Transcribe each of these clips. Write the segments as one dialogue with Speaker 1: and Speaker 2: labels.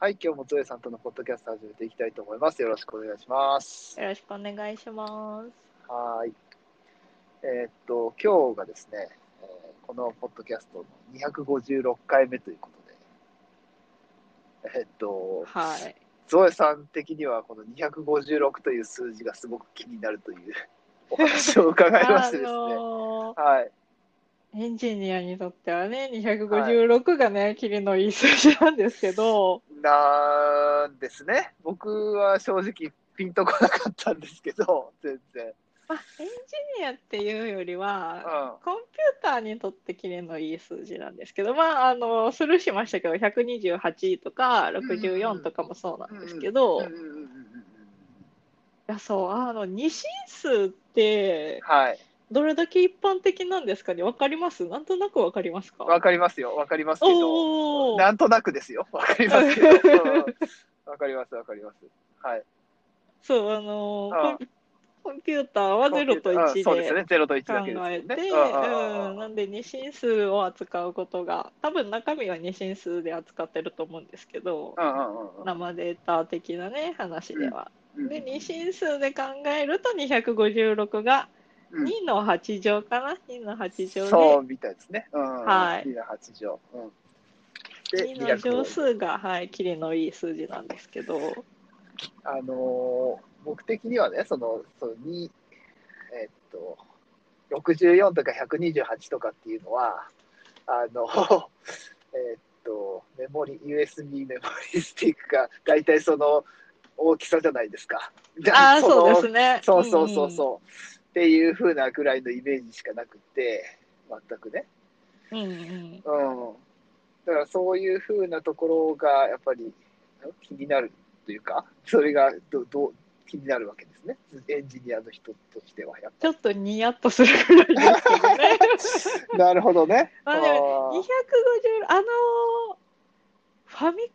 Speaker 1: はい、今日もゾエさんとのポッドキャスト始めていきたいと思います。よろしくお願いします。
Speaker 2: よろしくお願いします。
Speaker 1: はーい。えーっと、今日がですね、えーこのポッドキャストの256回目ということで、えーっと、
Speaker 2: はい。
Speaker 1: ゾエさん的にはこの256という数字がすごく気になるという お話を伺いましてですね。
Speaker 2: の
Speaker 1: はい。
Speaker 2: ーエンジニアにとってはね、256がね、キリのいい数字なんですけど、
Speaker 1: なんですね。僕は正直ピンとこなかったんですけど、全然。
Speaker 2: まあ、エンジニアっていうよりは、
Speaker 1: う
Speaker 2: コンピューターにとってキリのいい数字なんですけど、まあ、あの、スルーしましたけど、128とか64とかもそうなんですけど、
Speaker 1: ん。うん
Speaker 2: い
Speaker 1: うんうんうんうん
Speaker 2: や、そう、あの、二進数って、
Speaker 1: はい。
Speaker 2: どれだけ一般的なんですかね、わかりますなんとなくわかりますか
Speaker 1: わかりますよ、わかりますけど、
Speaker 2: おー
Speaker 1: なんとなくですよ、わかります けど、うんわかります、わかります。はい。
Speaker 2: そう、あの
Speaker 1: ああ
Speaker 2: ーコンコンピューターは0と1
Speaker 1: うんそうですね、ゼロと一だけですよ
Speaker 2: 考え
Speaker 1: ね。
Speaker 2: て、
Speaker 1: うんうんう
Speaker 2: うん
Speaker 1: ん
Speaker 2: なんで二進数を扱うことが、多分中身は二進数で扱ってると思うんですけど、
Speaker 1: う
Speaker 2: 生データ的なね、話では。
Speaker 1: んうんうんうん
Speaker 2: で、二進数で考えると256が
Speaker 1: うん
Speaker 2: 2の8乗かな ?2 の8
Speaker 1: そ
Speaker 2: 乗
Speaker 1: うみたいですね。うん。
Speaker 2: はい
Speaker 1: 2の8乗。うん
Speaker 2: で、
Speaker 1: で、
Speaker 2: 2の乗
Speaker 1: 250
Speaker 2: 数が、はい、キリのいい数字なんですけど、
Speaker 1: あのー僕的にはね、その、その2、えっと、64とか128とかっていうのは、あの、 えっと、メモリ、USB メモリスティックが大体その大きさじゃないですか。
Speaker 2: ああ、
Speaker 1: の
Speaker 2: そうですね。
Speaker 1: そうそうそ
Speaker 2: ん
Speaker 1: うそう。っていう風なぐらいのイメージしかなくて、全くね。
Speaker 2: うん。うんうん
Speaker 1: うん、だからそういうふうなところがやっぱり気になるというかそれがどどう気になるわけですねエンジニアの人としてはやっ
Speaker 2: ちょっとニヤッとするぐらいですけどね。
Speaker 1: ぱ なるほどね
Speaker 2: まあでも250あのーファミ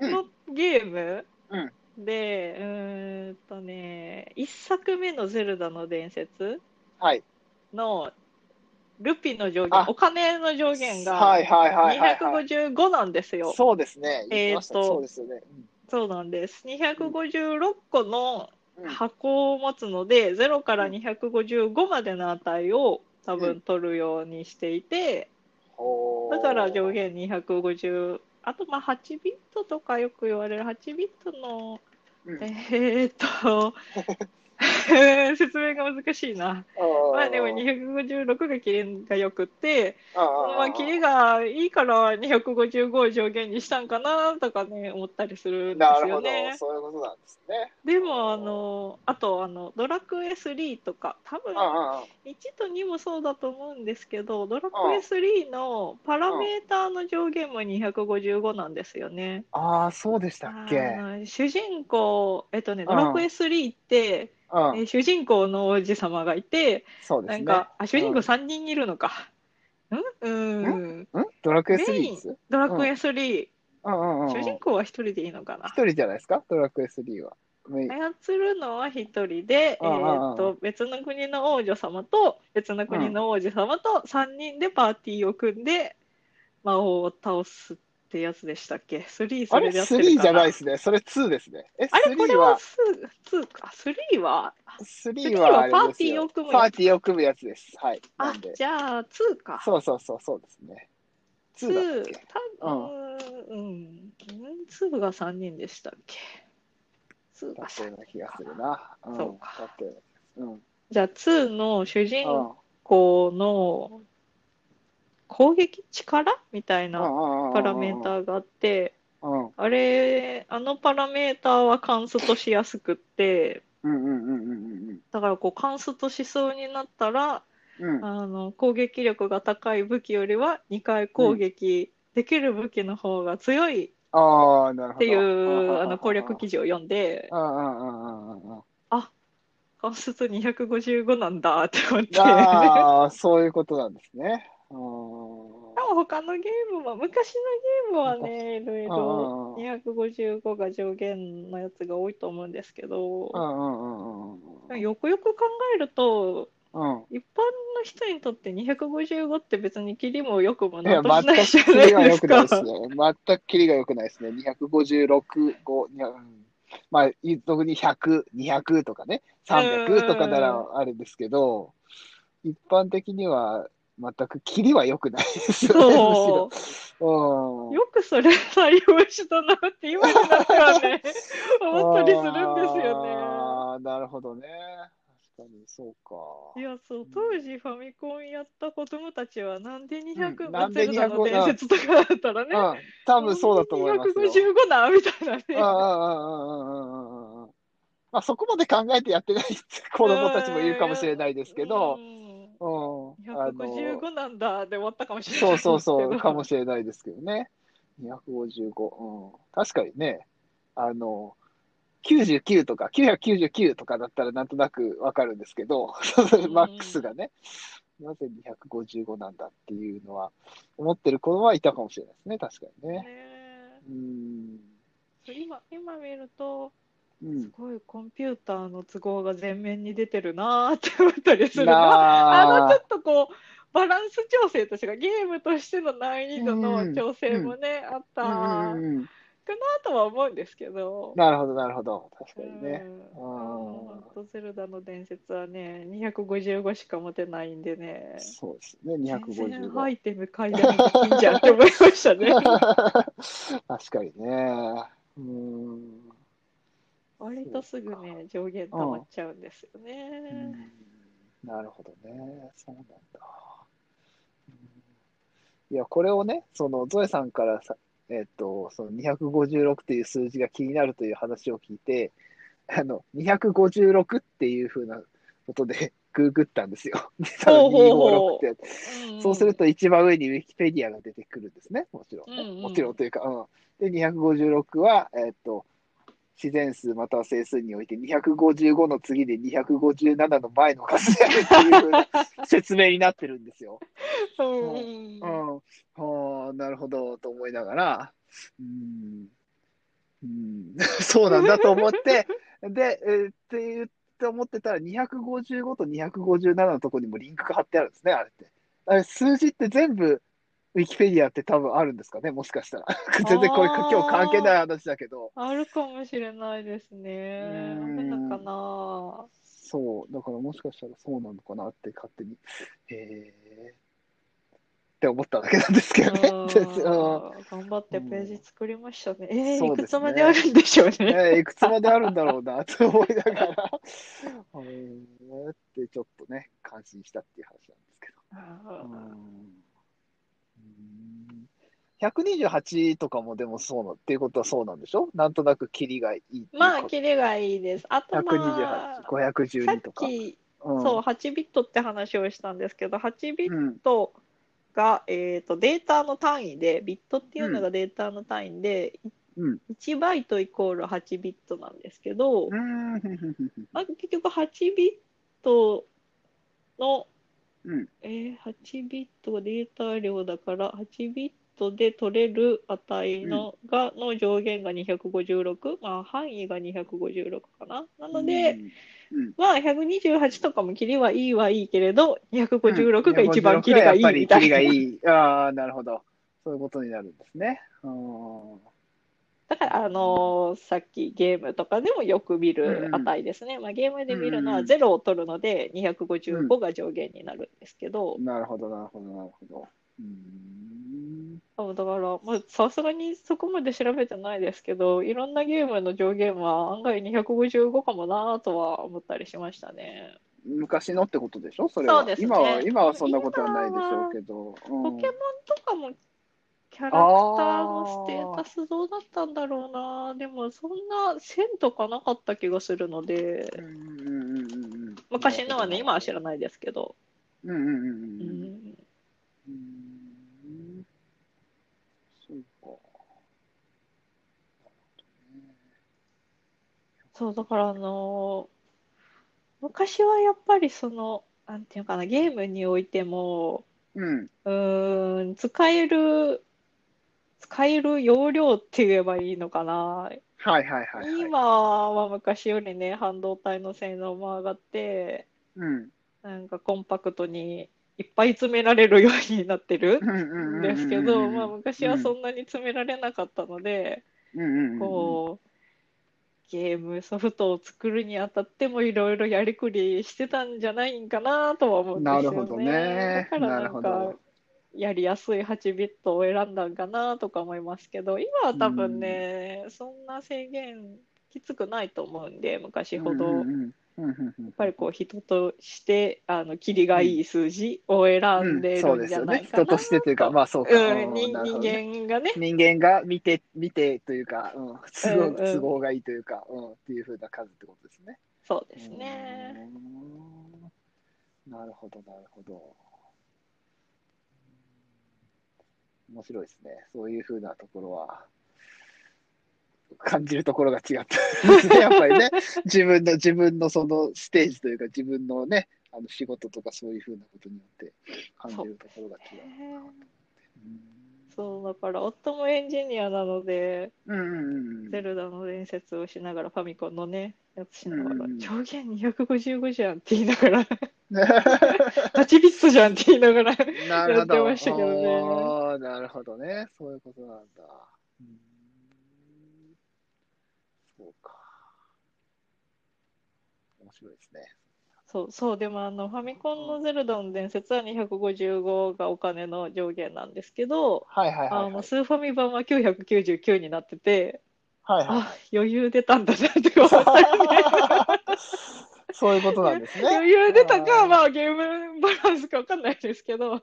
Speaker 2: コンのゲーム、
Speaker 1: うん
Speaker 2: でうーんとね1作目の「ゼルダの伝説
Speaker 1: はい」
Speaker 2: のルピの上
Speaker 1: あ
Speaker 2: 限お金の上限
Speaker 1: は
Speaker 2: が
Speaker 1: いはいはいはい、はい、
Speaker 2: 255なんですよ、
Speaker 1: そうですね
Speaker 2: え
Speaker 1: 言って
Speaker 2: ーっと
Speaker 1: ましたねそうですよね、
Speaker 2: そうなんです256個の
Speaker 1: うんうん
Speaker 2: 箱を持つので、0から
Speaker 1: うん
Speaker 2: 255までの値を多分取るようにしていて、
Speaker 1: ほー
Speaker 2: だから上限250あとまあ8ビットとかよく言われる8ビットの
Speaker 1: うん
Speaker 2: えー、っと 説明が難しいなまあでも256がキレがよくって
Speaker 1: あー
Speaker 2: まあキレがいいから255を上限にしたんかなとかね思ったりするんで
Speaker 1: な
Speaker 2: す
Speaker 1: るほ
Speaker 2: よ
Speaker 1: ど
Speaker 2: ね
Speaker 1: そういうことなんですね
Speaker 2: でもあのあとあのドラクエ3とか多分
Speaker 1: うんうんうん
Speaker 2: 1と2もそうだと思うんですけど、ドラク
Speaker 1: う
Speaker 2: エ
Speaker 1: ん
Speaker 2: 3のパラメーターの上限も255なんですよね。
Speaker 1: ああそうでしたっけ
Speaker 2: あの主人公、えっとね、
Speaker 1: ん
Speaker 2: ドラクエ3って、
Speaker 1: う
Speaker 2: え
Speaker 1: ん
Speaker 2: ー主人公の王子様がいて、
Speaker 1: そうで
Speaker 2: な
Speaker 1: す
Speaker 2: ん
Speaker 1: ね
Speaker 2: か、あ主人
Speaker 1: う
Speaker 2: 公
Speaker 1: ん
Speaker 2: 3人いるのか。んうんうん。
Speaker 1: んドラクエ
Speaker 2: メイ
Speaker 1: 3
Speaker 2: ン
Speaker 1: です
Speaker 2: ドラクエ3、
Speaker 1: うんうんうんうん
Speaker 2: 主人公は1人でいいのかな
Speaker 1: 一。人じゃないですか、ドラクエ3は。メイン
Speaker 2: 操るのは一人で、え
Speaker 1: うんうんうん
Speaker 2: ーっと別の国の王女様と別の国の王子様と3人でパーティーを組んで魔王を倒すってやつでしたっけ ?3
Speaker 1: あ
Speaker 2: そ
Speaker 1: れ、
Speaker 2: れでやってる
Speaker 1: 3じ
Speaker 2: か
Speaker 1: ゃ
Speaker 2: な
Speaker 1: ないですね。それ2ですね。え、
Speaker 2: あれこ
Speaker 1: 3
Speaker 2: れは
Speaker 1: は、
Speaker 2: 2か ?3 は
Speaker 1: 3はあれです
Speaker 2: 3はパーティー
Speaker 1: よ
Speaker 2: を組むやつ
Speaker 1: パーティーを組むやつです。はい。な
Speaker 2: あ
Speaker 1: んで、
Speaker 2: じゃあ2か。
Speaker 1: そうそうそう、そうですね。2だっ
Speaker 2: 2
Speaker 1: け
Speaker 2: たうん、うん、2が3人でしたっけ ?2
Speaker 1: だ
Speaker 2: が
Speaker 1: ったよ
Speaker 2: 3
Speaker 1: うな気がするな。うん、
Speaker 2: そうか
Speaker 1: だったようなうん。
Speaker 2: じゃあ2の主人
Speaker 1: うん。
Speaker 2: 公の攻撃力みたいな。
Speaker 1: うん
Speaker 2: パラメーターがあって、
Speaker 1: うんうん
Speaker 2: あれ、あのパラメーターはカンストしやすくって、
Speaker 1: うんうんうんうん
Speaker 2: だからこうカンストしそうになったら、
Speaker 1: うんうん。
Speaker 2: あの攻撃力が高い武器よりは2回攻撃できる武器の方が強いっ
Speaker 1: ああ、なるほど。
Speaker 2: ていうあの攻略記
Speaker 1: 事。
Speaker 2: 事を読んで、
Speaker 1: うんうんうんうんうん。
Speaker 2: カンスト255なんだって思って。で
Speaker 1: ああ、そういうことなんですね。うん。
Speaker 2: も他のゲームは、昔のゲームはね、いろいろ255が上限のやつが多いと思うんですけど、
Speaker 1: うんうんうんうんうん。
Speaker 2: よくよく考えると、
Speaker 1: うん。
Speaker 2: 一般の人にとって255って別にキリも良くも
Speaker 1: いや、
Speaker 2: なんともない
Speaker 1: 全
Speaker 2: じゃ
Speaker 1: くキ
Speaker 2: な
Speaker 1: リが
Speaker 2: いで
Speaker 1: 良
Speaker 2: す
Speaker 1: くない
Speaker 2: か
Speaker 1: で。すね。全くキリが良くないですね。256、5、にゃうんまあ、い俗に100、200とかね、300とかならあるんですけど、一般的には全くキリは良くないですよね、むしろうん
Speaker 2: そ。う。よくそれ対応したなって今になって はね、思ったりするんですよね。
Speaker 1: あーなるほどね。確かに、そうか。
Speaker 2: いや、そう、当時ファミコンやった子供たちはなんで200、
Speaker 1: うん
Speaker 2: ま
Speaker 1: な
Speaker 2: あ
Speaker 1: ん
Speaker 2: ゼ
Speaker 1: で
Speaker 2: ルダの
Speaker 1: 200
Speaker 2: 伝説とかだったらね、
Speaker 1: うん、多分そうだと思いますよ。
Speaker 2: 255なみたいなね。
Speaker 1: うんうんうんうんうんうんうんまあ、そこまで考えてやってない子供たちもいるかもしれないですけど、
Speaker 2: うん
Speaker 1: うん、あの
Speaker 2: 155なんだで終わったかもしれない
Speaker 1: そうそうそう、かも
Speaker 2: し
Speaker 1: しれないですけどね。255、うん。確かにね、あの、99とか、999とかだったらなんとなくわかるんですけど、
Speaker 2: ん
Speaker 1: マックスがね、なぜ255なんだっていうのは、思ってる子はいたかもしれないですね、確かに
Speaker 2: れ
Speaker 1: ね。
Speaker 2: ない。ね
Speaker 1: うん。
Speaker 2: そう今今見ると、
Speaker 1: うん
Speaker 2: すごいコンピューターの都合が前面に出てるなーって思ったりするな。あ
Speaker 1: な
Speaker 2: のちょっとこうバランス調整としてかゲームとしての難易度の調整もね、あった
Speaker 1: うんうんうん
Speaker 2: かなとは思うんですけど。
Speaker 1: なるほど、なるほど。確かにね。
Speaker 2: う
Speaker 1: あ
Speaker 2: ん
Speaker 1: ー
Speaker 2: 本当ゼルダの伝説はね255しか持てないんでね
Speaker 1: そうですね、255。
Speaker 2: アイテム買いだめでいいじゃんって思いました ね
Speaker 1: 確かにね。うーん。
Speaker 2: 割とすぐね上限溜まっちゃうんですよ
Speaker 1: う
Speaker 2: ね、
Speaker 1: んなるほどね。そうなんだ。うんいや、これをね、そのゾエさんからさ、えっと、その256っていう数字が気になるという話を聞いて、あの、256っていうふうなことで ググったんですよ。
Speaker 2: ほうほうほ
Speaker 1: 256
Speaker 2: う
Speaker 1: ってやつ
Speaker 2: ん
Speaker 1: そうすると一番上にウィキペディアが出てくるんですね、もちろんね、
Speaker 2: うんうん
Speaker 1: もちろんというか、うん。で、256は、えーっと、自然数または整数において255の次で257の前の数であるっていう 説明になってるんですよ。
Speaker 2: うん
Speaker 1: うん。はあ、なるほど、と思いながら、うん。うん、 そうなんだと思って、で、えーって言って思ってたら、255と257のとこにもリンクが貼ってあるんですね、あれって。あれ、数字って全部、ウィキペディアって多分あるんですかね、もしかしたら。 全然これ、
Speaker 2: あー
Speaker 1: 今日関係ない話だけど。
Speaker 2: あるかもしれないですね。あ
Speaker 1: うん
Speaker 2: るのかな。
Speaker 1: そう、だからもしかしたらそうなのかなって勝手に、へえって思っただけなん ですけどね。うん
Speaker 2: 頑張ってページ作りましたね。え
Speaker 1: そ
Speaker 2: ー、
Speaker 1: うで
Speaker 2: い
Speaker 1: すね
Speaker 2: くつまであるんでしょうね。
Speaker 1: えーいくつまであるんだろう なと思いながら、えーってちょっとね、感心したっていう話なんですけど。
Speaker 2: あ
Speaker 1: う
Speaker 2: ー
Speaker 1: ん128とかもでもそうなっていうことはそうなんでしょなんとなくキリがいいっていうこと
Speaker 2: まあ、キレがいいです。あと、ま
Speaker 1: 128、
Speaker 2: あ、さ
Speaker 1: 512と
Speaker 2: っ
Speaker 1: か。
Speaker 2: き、
Speaker 1: うん
Speaker 2: そう、8ビットって話をしたんですけど、8ビッ
Speaker 1: うん
Speaker 2: トが、えー、とデータの単位で、ビットっていうのがデータの単位で、
Speaker 1: うん
Speaker 2: 1バイトイコール8ビットなんですけど、
Speaker 1: うん
Speaker 2: まあ、結局8ビットの、
Speaker 1: うん
Speaker 2: えー、8ビットがデータ量だから8ビットで取れる値の,、がの上限が256、まあ、範囲が256かななので、、
Speaker 1: うん
Speaker 2: まあ128とかもキリはいいはいいけれど256が一番キリ
Speaker 1: や
Speaker 2: が
Speaker 1: っ
Speaker 2: いい
Speaker 1: ぱり
Speaker 2: みたい
Speaker 1: キリ
Speaker 2: な、
Speaker 1: がいい。ああ、なるほど。そういうことになるんですね。うん
Speaker 2: だからあのーさっきゲームとかでもよく見る
Speaker 1: うん
Speaker 2: 値ですね、まあ、ゲームで見るの
Speaker 1: う
Speaker 2: は
Speaker 1: ん
Speaker 2: 0を取るので255が上限になるんですけど、
Speaker 1: なるほど、なるほど、なるほど。うーん。
Speaker 2: あだから、まあ、さすがにそこまで調べてないですけど、いろんなゲームの上限は案外255かもなとは思ったりしましたね。
Speaker 1: 昔のってことでしょそれは。
Speaker 2: そうですね
Speaker 1: 今は、今はそんなことはないでしょうけど。
Speaker 2: ポケモンとかもキャラクターのステータスどうだったんだろうなでもそんな1000とかなかった気がするので、
Speaker 1: うん
Speaker 2: 昔のはね、今は知らないですけど。
Speaker 1: うんうんうん
Speaker 2: う
Speaker 1: うんうん。うん
Speaker 2: ん
Speaker 1: うーんそうか。
Speaker 2: そう、だからあのー昔はやっぱりその、なんていうかな、ゲームにおいても、
Speaker 1: うん。
Speaker 2: うーん、使える、使える容量って言えばいいのかな。
Speaker 1: はいはいはい、はい。
Speaker 2: 今は昔よりね、半導体の性能も上がって、
Speaker 1: うん。
Speaker 2: なんかコンパクトにいっぱい詰められるようになってるんですけど、まあ、昔はそんなに詰められなかったので、こうゲームソフトを作るにあたってもいろいろやりくりしてたんじゃないんかなとは思うんですよね。
Speaker 1: なるほどね
Speaker 2: だからなん
Speaker 1: なるほ
Speaker 2: かやりやすい8ビットを選んだんかなとか思いますけど今は多分ね、そんな制限きつくないと思うんで昔ほど。
Speaker 1: うんう
Speaker 2: やっ
Speaker 1: んうんうんうんうん
Speaker 2: ぱりこう人としてあのキリがいい数字を選んで
Speaker 1: そう
Speaker 2: るん
Speaker 1: です
Speaker 2: じゃ
Speaker 1: よ
Speaker 2: な
Speaker 1: ね
Speaker 2: い。かな、
Speaker 1: 人としてというか、まあそうか。
Speaker 2: うん、
Speaker 1: うん
Speaker 2: 人
Speaker 1: なるほどね
Speaker 2: 人間がね
Speaker 1: 人間が見て、見てというか、うん、
Speaker 2: うん
Speaker 1: 都合
Speaker 2: うん
Speaker 1: 都合がいいというか、うん、っていうふうな数ってことですね。
Speaker 2: そうですね。
Speaker 1: うーん。なるほど、なるほど。面白いですね。そういうふうなところは、感じるところが違ったです ね。やっぱりね、自分の、自分のそのステージというか、自分のね、あの仕事とかそういうふうなことによって感じるところが違う。
Speaker 2: そうだから夫もエンジニアなので
Speaker 1: うーんうんうんうん
Speaker 2: ゼルダの伝説をしながらファミコンのねやつしながら
Speaker 1: うん
Speaker 2: 上限255じゃんって言いながら
Speaker 1: な
Speaker 2: 8ビットじゃんって言いながら
Speaker 1: るほど。
Speaker 2: やってましたけどね
Speaker 1: おーなるほどね。そういうことなんだ。うーんそうか。面白いですね。
Speaker 2: そうそうでもあのファミコンのゼルダの伝説は255がお金の上限なんですけど
Speaker 1: はいはいは
Speaker 2: あ
Speaker 1: い、は
Speaker 2: の
Speaker 1: い。
Speaker 2: スーファミ版は999になってて
Speaker 1: はいはい
Speaker 2: あ余裕出たんだなって思ったりね。
Speaker 1: そういうことなんですね。
Speaker 2: 余裕出た
Speaker 1: あ
Speaker 2: か、
Speaker 1: ー
Speaker 2: まあ、ゲームバランスか分かんないですけど、あ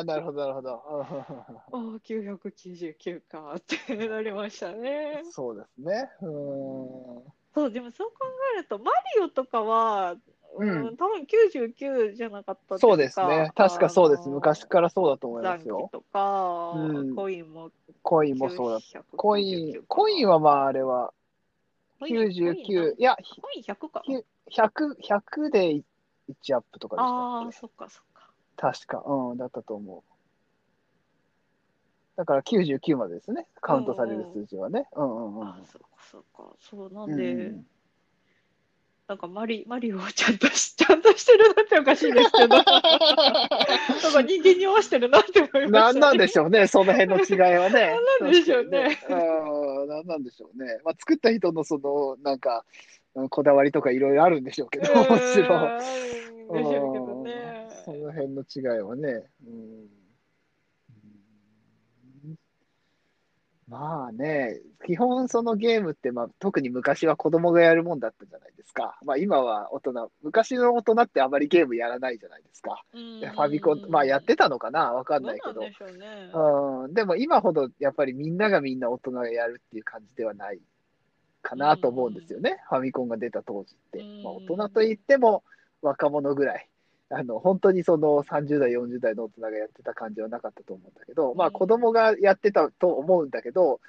Speaker 1: あー、なるほど、なるほ ど。
Speaker 2: あ、999かってなりましたね。
Speaker 1: そうですね。うーん。
Speaker 2: そう、でもそう考えると、マリオとかは、う
Speaker 1: うん
Speaker 2: ん、多分99じゃなかった
Speaker 1: そうですね。確かそうです。昔
Speaker 2: か
Speaker 1: からそうだと思い
Speaker 2: 残
Speaker 1: ま
Speaker 2: 機
Speaker 1: すよ。
Speaker 2: とか、
Speaker 1: うん
Speaker 2: コインも
Speaker 1: コインもそうだ。
Speaker 2: 999。
Speaker 1: コイン、コインはまああれは
Speaker 2: コイン、コインな
Speaker 1: 99、いや、
Speaker 2: コイン100か。
Speaker 1: きゅ100、100で1アップとかで
Speaker 2: ああ、
Speaker 1: し
Speaker 2: そっかそっか。
Speaker 1: たっけ確か、うん、だったと思う。だから99までですね、カウントされる数字はね。うんうんうん。
Speaker 2: ああ、そっかそっか。そうな
Speaker 1: うんん
Speaker 2: で。
Speaker 1: うん
Speaker 2: なんかマリマリオをちゃんとし、ちゃんとしてるなっておかしいで すけど、なんか人間に合わせてるなって思い
Speaker 1: な
Speaker 2: まし
Speaker 1: ん
Speaker 2: た、
Speaker 1: なんで
Speaker 2: し
Speaker 1: しょうね、その辺の違いはね。
Speaker 2: なんなんでしょうね
Speaker 1: 確かにね。うん、なんなんでしょうね。まあ、作った人のその、なんか、うんこだわりとかいろいろあるんでしょうけど、もちろん。
Speaker 2: ん。でしょうけどね。
Speaker 1: その辺の違いはね。うんまあね、基本そのゲームって、まあ、特に昔は子供がやるもんだったじゃないですか。まあ今は大人、昔の大人ってあまりゲームやらないじゃないですか。
Speaker 2: うん
Speaker 1: ファミコン、まあやってたのかなわかんないけ
Speaker 2: どう
Speaker 1: ど
Speaker 2: なん。でしょうね。
Speaker 1: うん、でも今ほどやっぱりみんながみんな大人がやるっていう感じではないかなと思うんですよね、ファミコンが出た当時って、
Speaker 2: うん
Speaker 1: まあ、大人といっても若者ぐらいあの本当にその30代40代の大人がやってた感じはなかったと思うんだけど、ま
Speaker 2: う
Speaker 1: あ、
Speaker 2: ん
Speaker 1: 子供がやってたと思うんだけど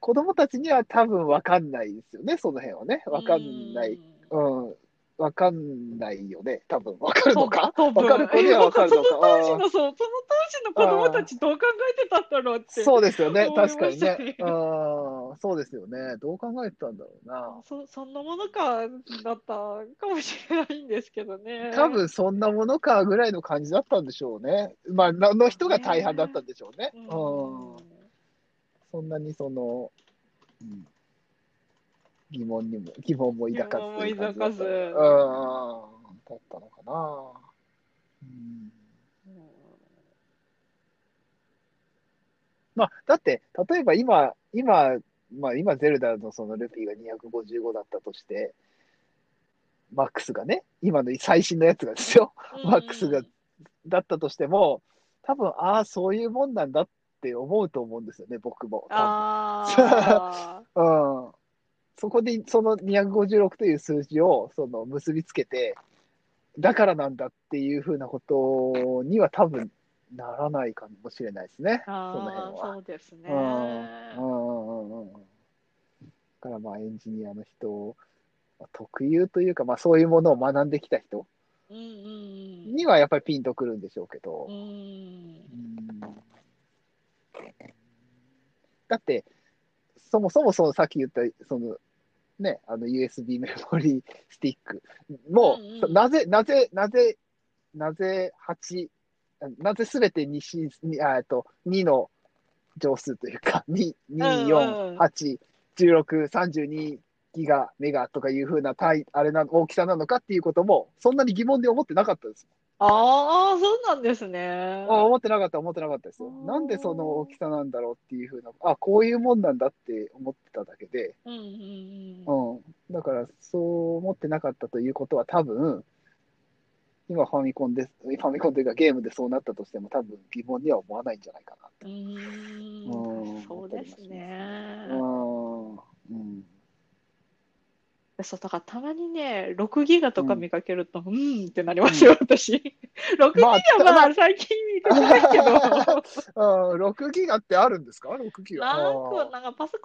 Speaker 1: 子供たちには多分分かんないですよねその辺はね分かんない、
Speaker 2: う
Speaker 1: うん、分かんないよね多分分かるのか
Speaker 2: 多分
Speaker 1: わかる子にはわかるのか
Speaker 2: その当時のそう、その当時の子供たちどう考えてたんだろうって。
Speaker 1: そうですよね、
Speaker 2: 思いま
Speaker 1: 確
Speaker 2: し
Speaker 1: か
Speaker 2: た
Speaker 1: にね。
Speaker 2: ね
Speaker 1: うん、そうですよね。どう考えてたんだろうな。
Speaker 2: そそんなものかだったかもしれないんですけどね。
Speaker 1: 多分そんなものかぐらいの感じだったんでしょうね。まあ、なの人が大半だったんでしょうね。
Speaker 2: う
Speaker 1: うん
Speaker 2: ん、
Speaker 1: そんなにその、うん疑問にも、疑問も抱かずという感じだった。
Speaker 2: 疑問も抱
Speaker 1: うん、だったのかな。うんまあ、だって、例えば今、今、まあ、今、ゼルダのそのルピーが255だったとして、マックスがね、今の最新のやつがですよ、マックスがだったとしても、多分、ああ、そういうもんなんだって思うと思うんですよね、僕も。
Speaker 2: あ
Speaker 1: うん。そこで、その256という数字を、その、結びつけて、だからなんだっていうふうなことには多分ならないかもしれないですね、
Speaker 2: あ、
Speaker 1: その辺は
Speaker 2: そ。うですね。
Speaker 1: うんうんうんうんうんだからまあエンジニアの人まあ特有というか、まあ、そういうものを学んできた人
Speaker 2: うんうん
Speaker 1: にはやっぱりピンとくるんでしょうけど、
Speaker 2: うん。う
Speaker 1: う
Speaker 2: ん
Speaker 1: んだってそもそもそのさっき言ったそのねあの USB メモリースティックも、
Speaker 2: うんうん
Speaker 1: なぜなぜなぜなぜ8、なぜすべて2シーズンに、あえっと、2の乗数というか、2、2、
Speaker 2: うんうん
Speaker 1: 4、8、16、32ギガ、メガとかいうふうな単位、あれな、大きさなのかっていうことも、そんなに疑問で思ってなかったです。
Speaker 2: ああ、そうなんですね。
Speaker 1: あ思ってなかった、思ってなかったですよ。
Speaker 2: うん
Speaker 1: なんでその大きさなんだろうっていうふうな、あ、こういうもんなんだって思ってただけで、
Speaker 2: うんうんうん。
Speaker 1: うん。だから、そう思ってなかったということは、多分、今ファミコンです、ファミコンというかゲームでそうなったとしても、多分疑問には思わないんじゃないかな
Speaker 2: う
Speaker 1: と。
Speaker 2: ー
Speaker 1: うんん
Speaker 2: そうですね。
Speaker 1: うん。うん。
Speaker 2: そう、だからたまにね、6ギガとか見かけると、うん、ーんってなりますよ、私。6ギガ
Speaker 1: まあ
Speaker 2: まあ最近見てこないけど、 なんか、
Speaker 1: あー6ギガってあるんですか ?6 ギガ。
Speaker 2: なんかパソコンのメモリーとか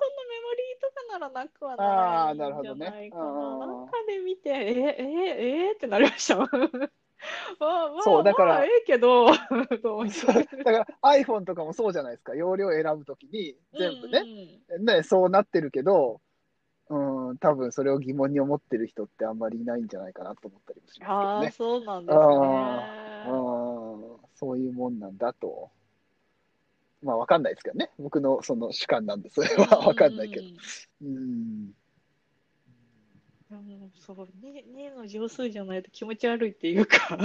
Speaker 2: ならなくはないんじ
Speaker 1: あ
Speaker 2: ゃないか
Speaker 1: ーなるほ
Speaker 2: な。
Speaker 1: どね
Speaker 2: な
Speaker 1: うん
Speaker 2: んかで見て、え、え、えってなりました。ま あまあ、
Speaker 1: そうだから
Speaker 2: まあ、ええけど、 と思い
Speaker 1: そうだから iPhone とかもそうじゃないですか。容量選ぶときに全部ね、 ね、そうなってるけど、うん、多分それを疑問に思ってる人ってあんまりいないんじゃないかなと思ったりもし
Speaker 2: ああ
Speaker 1: ま
Speaker 2: ー、
Speaker 1: す
Speaker 2: そうなん
Speaker 1: け
Speaker 2: です
Speaker 1: どね。
Speaker 2: ね。
Speaker 1: うん、そういうもんなんだと。まあわかんないですけどね。僕のその主観なんで、それは わかんないけど
Speaker 2: う。ん
Speaker 1: うん。
Speaker 2: うんそう、2, 2の乗数じゃないと気持ち悪いってい うか、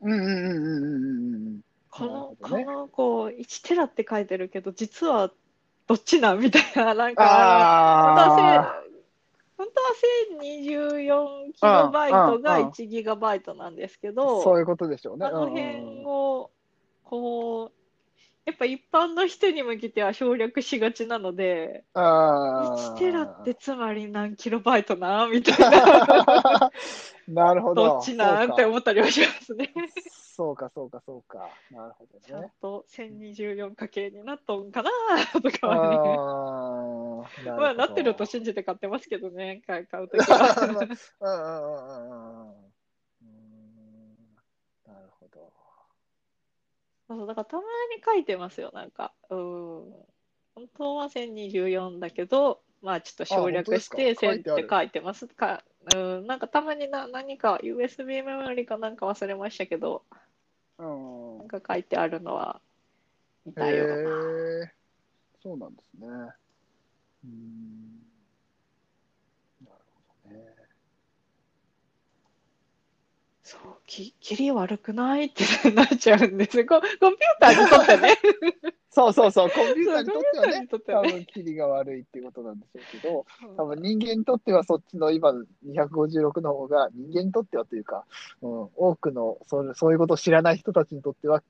Speaker 1: うんうんうんうんうんうん
Speaker 2: この、
Speaker 1: なるほ
Speaker 2: こ
Speaker 1: どね
Speaker 2: の子、1テラって書いてるけど、実はどっちなんみたいな、なん
Speaker 1: うん。
Speaker 2: か、本当
Speaker 1: あ
Speaker 2: はせ本当は1024キロバイトが
Speaker 1: うんうんうん
Speaker 2: 1ギガバイトなんですけ
Speaker 1: あ、そ
Speaker 2: ど、
Speaker 1: ういうことでしょうね。
Speaker 2: あの辺を、こう、やっぱ一般の人に向けては省略しがちなので、
Speaker 1: あ
Speaker 2: 1
Speaker 1: あ。
Speaker 2: テラってつまり何キロバイトなみたいな、
Speaker 1: なるほど。
Speaker 2: どっちなんって思ったりはしますね。
Speaker 1: そうか、そうか、そうか。なるほ
Speaker 2: ち
Speaker 1: ど
Speaker 2: ゃん
Speaker 1: ね。
Speaker 2: と 1024× になっとんかなとか
Speaker 1: あ
Speaker 2: はね。
Speaker 1: あー、
Speaker 2: まあ、なってると
Speaker 1: し。
Speaker 2: 信じて買ってますけどね、買買うと きは。
Speaker 1: うんうんうんうんうんうんうんなるほど。
Speaker 2: そう、だからたまに書いてますよ、なんか。うん。本当は1024だけど、まあちょっと省略して
Speaker 1: あ本当ですか書
Speaker 2: 1000っ
Speaker 1: いてある
Speaker 2: て書いてますか。うん、なんかたまにな何か USB メモリかなんか忘れましたけど、
Speaker 1: うん
Speaker 2: なんか書いてあるのは見
Speaker 1: へ
Speaker 2: たような。
Speaker 1: え、そうなんですね。うん。なるほどね。
Speaker 2: そう、き、切り悪くないってなっちゃうんですよ。コ、コンピューターにとってね。
Speaker 1: そうそうそう、コンピューターにとってはね、
Speaker 2: そうコンピューターにとっては
Speaker 1: 多
Speaker 2: ね
Speaker 1: 分、キリが悪いっていうことなんでしょうけど、多分人間にとってはそっちの今の256の方が人間にとってはというか、うん、多くのそうそういうことを知らない人たちにとっては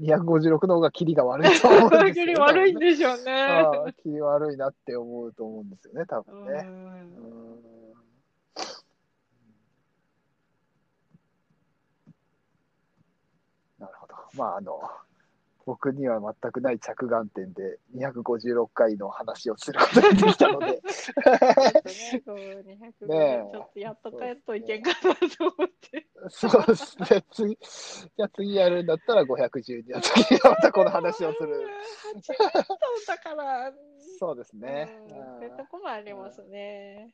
Speaker 1: 256の方がキリが悪いと思うんです
Speaker 2: 距
Speaker 1: よ、
Speaker 2: 離悪いん
Speaker 1: ね。
Speaker 2: でしょうね。
Speaker 1: ああキリ悪いなって思うと思うんですよね、多分
Speaker 2: う
Speaker 1: ね。うんんなるほど。まああの僕には全くない着眼点で256回の話をすることができたので。
Speaker 2: ちょっとね、こう200ぐらいちょっとやっと帰っといけんかなと思って。
Speaker 1: そうですね。次、じゃあ次やるんだったら512の時にまたこの話をする。
Speaker 2: 8メートルだから。
Speaker 1: そうですね。
Speaker 2: うんそう
Speaker 1: う
Speaker 2: いうんとこもありますね。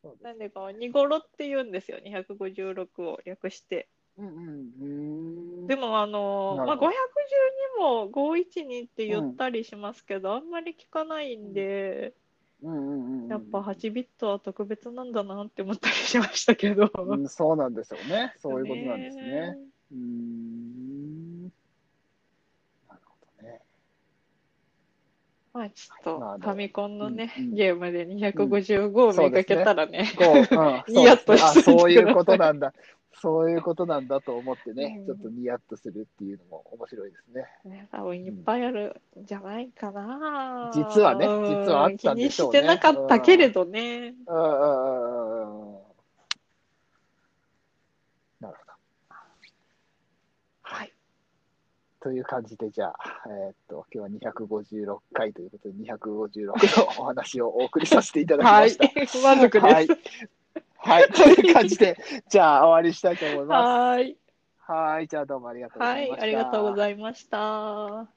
Speaker 1: そうです
Speaker 2: なんでこう、ニゴロって言うんですよ、256を略して。
Speaker 1: うんうんうん
Speaker 2: でも、あの、
Speaker 1: な
Speaker 2: まあ、
Speaker 1: るほど
Speaker 2: 512も512って言ったりしますけど、あんまり聞かないんで、
Speaker 1: うんうんうん
Speaker 2: やっぱ8ビットは特別なんだなって思ったりしましたけど。
Speaker 1: うん、そうなんですよね。そういうことなんですね。
Speaker 2: え。
Speaker 1: うーん。なるほど ね。
Speaker 2: まあちょっ
Speaker 1: まああの
Speaker 2: とファミコンのね、
Speaker 1: うんうん
Speaker 2: ゲームで255を見かけたらね、
Speaker 1: こう、うん、
Speaker 2: ニヤッとし
Speaker 1: あ
Speaker 2: といてください
Speaker 1: そういうことなんだ。そういうことなんだと思ってね
Speaker 2: う、ん
Speaker 1: ちょっとニヤッとするっていうのも面白いですね。
Speaker 2: ね多分いっぱいあるんじゃないかな。
Speaker 1: 実はね
Speaker 2: うん
Speaker 1: 実はあったんでしょうね
Speaker 2: 気にしてなかったけれどね。
Speaker 1: うんうんうんうんうん。なるほど。
Speaker 2: はい。
Speaker 1: という感じで、じゃあ、えーっと、今日は256回ということで、256のお話をお送りさせていただき
Speaker 2: は
Speaker 1: ま
Speaker 2: い
Speaker 1: した。。
Speaker 2: 満足です。
Speaker 1: はいはい、という感じで、じゃあ終わりしたいと思いま
Speaker 2: はい。
Speaker 1: す。はい、じゃあどうもありがとうござ
Speaker 2: は
Speaker 1: ま
Speaker 2: いい。
Speaker 1: した。
Speaker 2: ありがとうございました。